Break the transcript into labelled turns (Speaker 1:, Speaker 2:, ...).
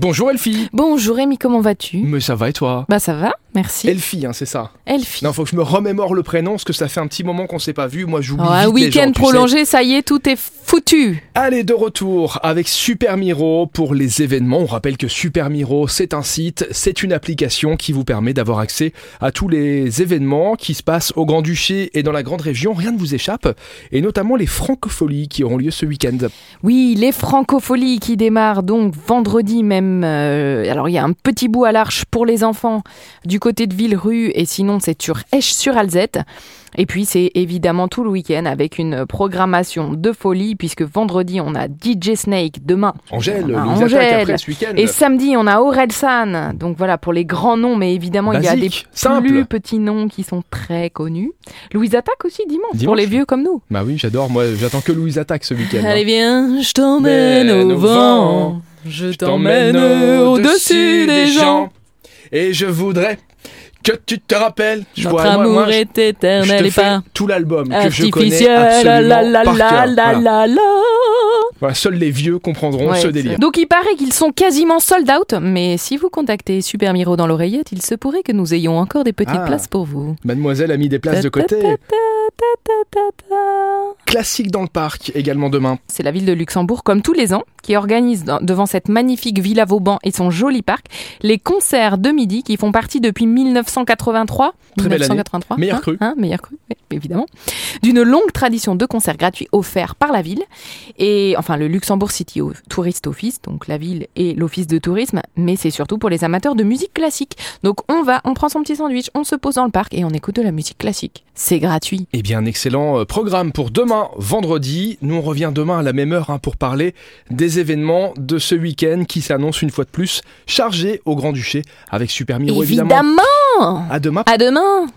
Speaker 1: Bonjour Elfie
Speaker 2: Bonjour Rémi, comment vas-tu
Speaker 1: Mais ça va et toi
Speaker 2: Bah ça va, merci.
Speaker 1: Elfie, hein, c'est ça.
Speaker 2: Elfie.
Speaker 1: Non, faut que je me remémore le prénom, parce que ça fait un petit moment qu'on s'est pas vu. Moi, j'oublie
Speaker 2: Oh, un
Speaker 1: vite les gens,
Speaker 2: week-end
Speaker 1: tu
Speaker 2: prolongé, ça y est, tout est foutu.
Speaker 1: sais. Allez, de retour avec Super Miro pour les événements. On rappelle que Super Miro, c'est un site, c'est une application qui vous permet d'avoir accès à tous les événements qui se passent au Grand-Duché et dans la Grande Région. Rien ne vous échappe, et notamment les francopholies qui auront lieu ce week-end.
Speaker 2: Oui, les francopholies qui démarrent donc vendredi même. euh, alors il y a un petit bout à l'arche pour les enfants du côté de Villerue et sinon c'est sur Esch sur Alzette. Et puis c'est évidemment tout le week-end avec une programmation de folie puisque vendredi on a DJ Snake demain.
Speaker 1: Angèle, nous
Speaker 2: Ah,
Speaker 1: attaque
Speaker 2: Angèle.
Speaker 1: après ce week-end.
Speaker 2: Et samedi on a Orelsan. Donc voilà pour les grands noms mais évidemment il y a des
Speaker 1: Basique, simple.
Speaker 2: plus petits noms qui sont très connus. Louise Attaque aussi dimanche, pour
Speaker 1: Dimanche.
Speaker 2: les vieux comme nous.
Speaker 1: Bah oui, j'adore. Moi, j'attends que Louise attaque ce week-end. hein.
Speaker 2: viens, je
Speaker 1: t'emmène au vent.
Speaker 2: Je
Speaker 1: Et je voudrais que tu te rappelles. Je vois, moi, moi, je-
Speaker 2: est
Speaker 1: je
Speaker 2: éternel
Speaker 1: te fais tout l'album que je connais absolument par cœur. Voilà. Voilà, seuls les vieux comprendront ce délire.
Speaker 2: Donc il paraît qu'ils sont quasiment sold out, mais si vous contactez Super Miro dans l'oreillette, il se pourrait que nous ayons encore des petites
Speaker 1: Ah.
Speaker 2: places pour vous.
Speaker 1: Mademoiselle a mis des places de côté. Classique dans le parc également demain.
Speaker 2: C'est la ville de Luxembourg, comme tous les ans, qui organise dans- devant cette magnifique villa Vauban et son joli parc les concerts de midi qui font partie depuis 1983.
Speaker 1: Très belle année.
Speaker 2: 1983,
Speaker 1: Meilleur
Speaker 2: hein,
Speaker 1: cru.
Speaker 2: hein, meilleur cru, oui, évidemment. D'une longue tradition de concerts gratuits offerts par la ville et enfin le Luxembourg City O- Tourist Office, donc la ville et l'office de tourisme, mais c'est surtout pour les amateurs de musique classique. Donc on va, on prend son petit sandwich, on se pose dans le parc et on écoute de la musique classique. C'est gratuit.
Speaker 1: Eh bien, un excellent euh, programme pour demain, vendredi. Nous, on revient demain à la même heure hein, pour parler des événements de ce week-end qui s'annonce une fois de plus chargé au Grand-Duché avec Super Miro évidemment.
Speaker 2: évidemment.
Speaker 1: À demain
Speaker 2: À demain.